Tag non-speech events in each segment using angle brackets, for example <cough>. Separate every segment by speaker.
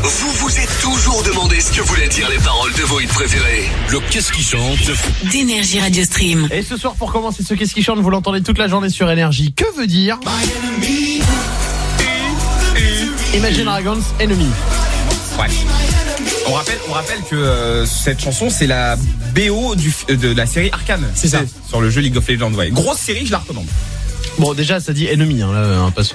Speaker 1: Vous vous êtes toujours demandé ce que voulaient dire les paroles de vos hits préférés.
Speaker 2: Le qu'est-ce qui chante
Speaker 3: d'énergie Radio Stream.
Speaker 4: Et ce soir, pour commencer ce Qu'est-ce qui chante, vous l'entendez toute la journée sur Énergie. Que veut dire Imagine Dragons Enemy
Speaker 5: Ouais. On rappelle, on rappelle que euh, cette chanson, c'est la BO du, f- euh, de la série Arcane.
Speaker 4: C'est ça.
Speaker 5: Sur le jeu League of Legends, ouais. Grosse série, je la recommande.
Speaker 4: Bon, déjà, ça dit Enemy, hein, là, on passe.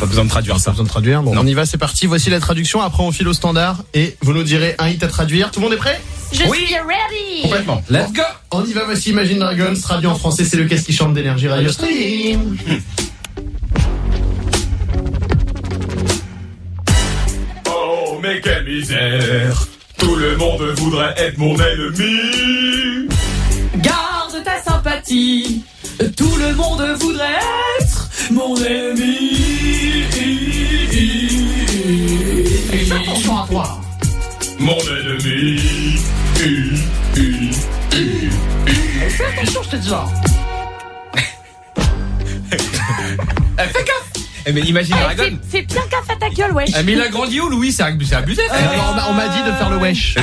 Speaker 5: Pas besoin de traduire
Speaker 4: Pas
Speaker 5: ça.
Speaker 4: besoin de traduire. Bon,
Speaker 5: Non.
Speaker 4: on y va, c'est parti. Voici la traduction. Après, on file au standard et vous nous direz un hit à traduire. Tout le monde est prêt
Speaker 6: Je
Speaker 5: Oui.
Speaker 6: suis ready
Speaker 5: Complètement. Let's go
Speaker 4: On y va, voici Imagine Dragons, traduit en français, c'est le qu'est-ce qui chante d'énergie radio stream.
Speaker 7: Oh, mais quelle misère Tout le monde voudrait être mon ennemi
Speaker 8: Garde ta sympathie. Tout le monde voudrait être mon ami.
Speaker 4: Et attention à toi.
Speaker 7: Mon ennemi
Speaker 4: Attention, je te dis
Speaker 6: hein.
Speaker 5: <laughs>
Speaker 4: là.
Speaker 5: Eh, mais imagine
Speaker 6: Eh,
Speaker 5: Dragon.
Speaker 6: fais- Fais bien gaffe à ta gueule, wesh
Speaker 2: Mais il a grandi où, Louis C'est abusé.
Speaker 4: Eh,
Speaker 5: Ah,
Speaker 4: on m'a- on m'a dit de faire le wesh.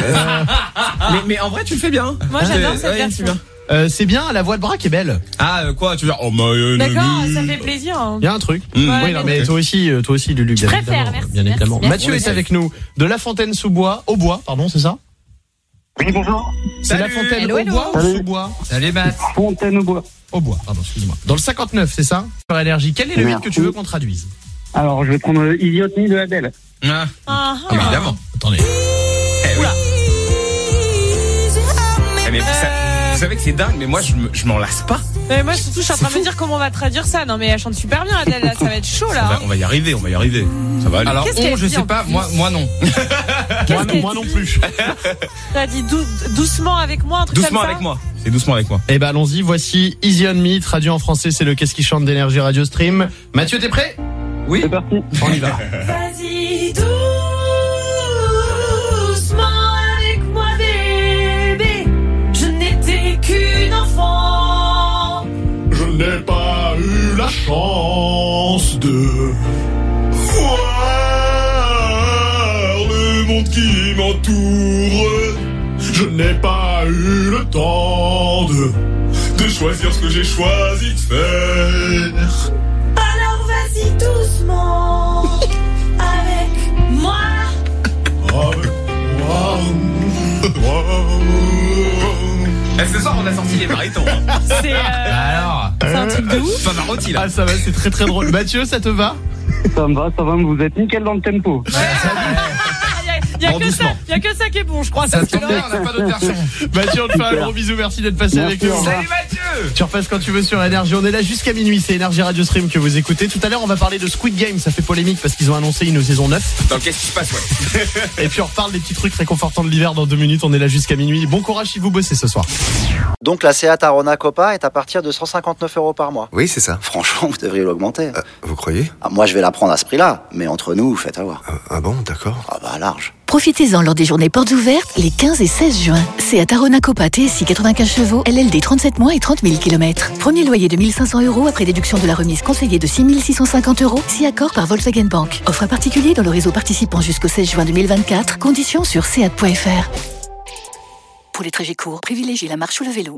Speaker 5: Mais, mais en vrai, tu le fais bien.
Speaker 6: Moi, j'adore cette
Speaker 5: ouais,
Speaker 6: version.
Speaker 5: c'est bien.
Speaker 4: Euh, c'est bien, la voix de Braque est belle.
Speaker 5: Ah, euh, quoi Tu veux dire, oh my enemy.
Speaker 6: D'accord, ça fait plaisir. hein.
Speaker 4: Il y a un truc.
Speaker 5: Mm.
Speaker 6: Ouais,
Speaker 4: oui, non, mais toi aussi, euh, toi aussi, Lulu. bien
Speaker 6: préfère,
Speaker 4: évidemment,
Speaker 6: merci,
Speaker 4: Bien
Speaker 6: merci,
Speaker 4: évidemment.
Speaker 6: merci.
Speaker 4: Mathieu est avec nous de La Fontaine sous bois, au bois, pardon, c'est ça
Speaker 9: Oui, bonjour.
Speaker 4: C'est La
Speaker 5: Salut.
Speaker 4: Fontaine
Speaker 6: Hello,
Speaker 4: au
Speaker 6: hello.
Speaker 4: bois ou
Speaker 9: Salut.
Speaker 4: sous bois
Speaker 2: Salut, Matt.
Speaker 9: Fontaine au bois.
Speaker 4: Au bois, pardon, excuse-moi. Dans le 59, c'est ça Sur Allergie, quel est le hit
Speaker 9: Merci.
Speaker 4: que tu veux qu'on traduise
Speaker 9: Alors, je vais prendre euh, Idiotnie de Adèle.
Speaker 5: Ah,
Speaker 6: Ah, ah.
Speaker 5: évidemment.
Speaker 4: Attendez.
Speaker 5: Eh, mais vous, sa- vous savez que c'est dingue, mais moi, je me- je m'en lasse pas.
Speaker 6: Euh, Mais moi, surtout, je suis en train de me dire comment on va traduire ça. Non, mais elle chante super bien, Adèle, là, ça va être chaud,
Speaker 5: On
Speaker 6: là.
Speaker 5: va,
Speaker 6: hein.
Speaker 5: on va y arriver, on va y arriver. Ça va aller.
Speaker 2: Alors,
Speaker 6: Qu'est-ce
Speaker 2: on,
Speaker 6: qu'elle
Speaker 2: je
Speaker 6: dit,
Speaker 2: sais
Speaker 6: en
Speaker 2: pas,
Speaker 6: plus
Speaker 2: moi, moi
Speaker 6: <laughs>
Speaker 2: non.
Speaker 4: Moi,
Speaker 6: qu'elle
Speaker 4: non, moi non plus.
Speaker 6: T'as dit dou- doucement avec moi, un truc
Speaker 5: doucement
Speaker 6: comme ça.
Speaker 5: avec moi. C'est doucement avec moi.
Speaker 4: Eh ben, allons-y, voici Easy on Me, traduit en français, c'est le Qu'est-ce qui chante d'énergie radio stream. Mathieu, t'es prêt
Speaker 2: Oui.
Speaker 9: C'est parti.
Speaker 4: On y va.
Speaker 6: Vas-y doucement avec moi, bébé. Je n'étais qu'une enfant.
Speaker 7: Je n'ai pas eu la chance de voir le monde qui m'entoure. Je n'ai pas eu le temps de, de choisir ce que j'ai choisi de faire.
Speaker 6: Alors vas-y doucement avec moi.
Speaker 7: Avec moi.
Speaker 5: Eh, ce soir, on a sorti les hein. baritons.
Speaker 6: <laughs> C'est euh,
Speaker 2: Alors,
Speaker 6: c'est un truc <laughs> de ouf.
Speaker 5: Pavarotti, là.
Speaker 4: Ah, ça va, c'est très très drôle. Mathieu, ça te va
Speaker 9: Ça me va, ça va, vous êtes nickel dans le tempo.
Speaker 6: Il Ah, y a, y a
Speaker 5: Bon,
Speaker 6: que
Speaker 5: doucement. Euh,
Speaker 6: ça, y a que ça qui est bon, je crois.
Speaker 2: ça
Speaker 6: parce
Speaker 2: se
Speaker 6: que
Speaker 2: tombe bien, on n'a pas d'autre version.
Speaker 4: Mathieu, on te fait un gros bisou, merci d'être passé
Speaker 9: Merci,
Speaker 4: avec nous.
Speaker 9: au revoir.
Speaker 5: Salut Mathieu
Speaker 4: Tu repasses quand tu veux sur Énergie. On est là jusqu'à minuit. C'est Énergie Radio Stream que vous écoutez. Tout à l'heure, on va parler de Squid Game. Ça fait polémique parce qu'ils ont annoncé une saison 9.
Speaker 5: Attends, qu'est-ce qui se passe, ouais
Speaker 4: Et puis, on reparle des petits trucs réconfortants de l'hiver dans deux minutes. On est là jusqu'à minuit. Bon courage si vous bossez ce soir.
Speaker 10: Donc la Seat Arona Copa est à partir de 159 euros par mois.
Speaker 1: Oui, c'est ça.
Speaker 10: Franchement, vous devriez l'augmenter.
Speaker 1: Vous croyez
Speaker 10: Ah, moi, je vais la prendre à ce prix-là, mais entre nous, faites avoir.
Speaker 1: Ah bon, d'accord.
Speaker 10: Ah bah large.
Speaker 3: Profitez-en lors des journées portes ouvertes les 15 et 16 juin. C'est à Tarona Copa TSI 95 chevaux, LLD 37 mois et 30 000 km. Premier loyer de 1500 euros après déduction de la remise conseillée de 6 650 euros, si accord par Volkswagen Bank. Offre à particulier dans le réseau participant jusqu'au 16 juin 2024. Conditions sur seat.fr. Pour les trajets courts, privilégiez la marche ou le vélo.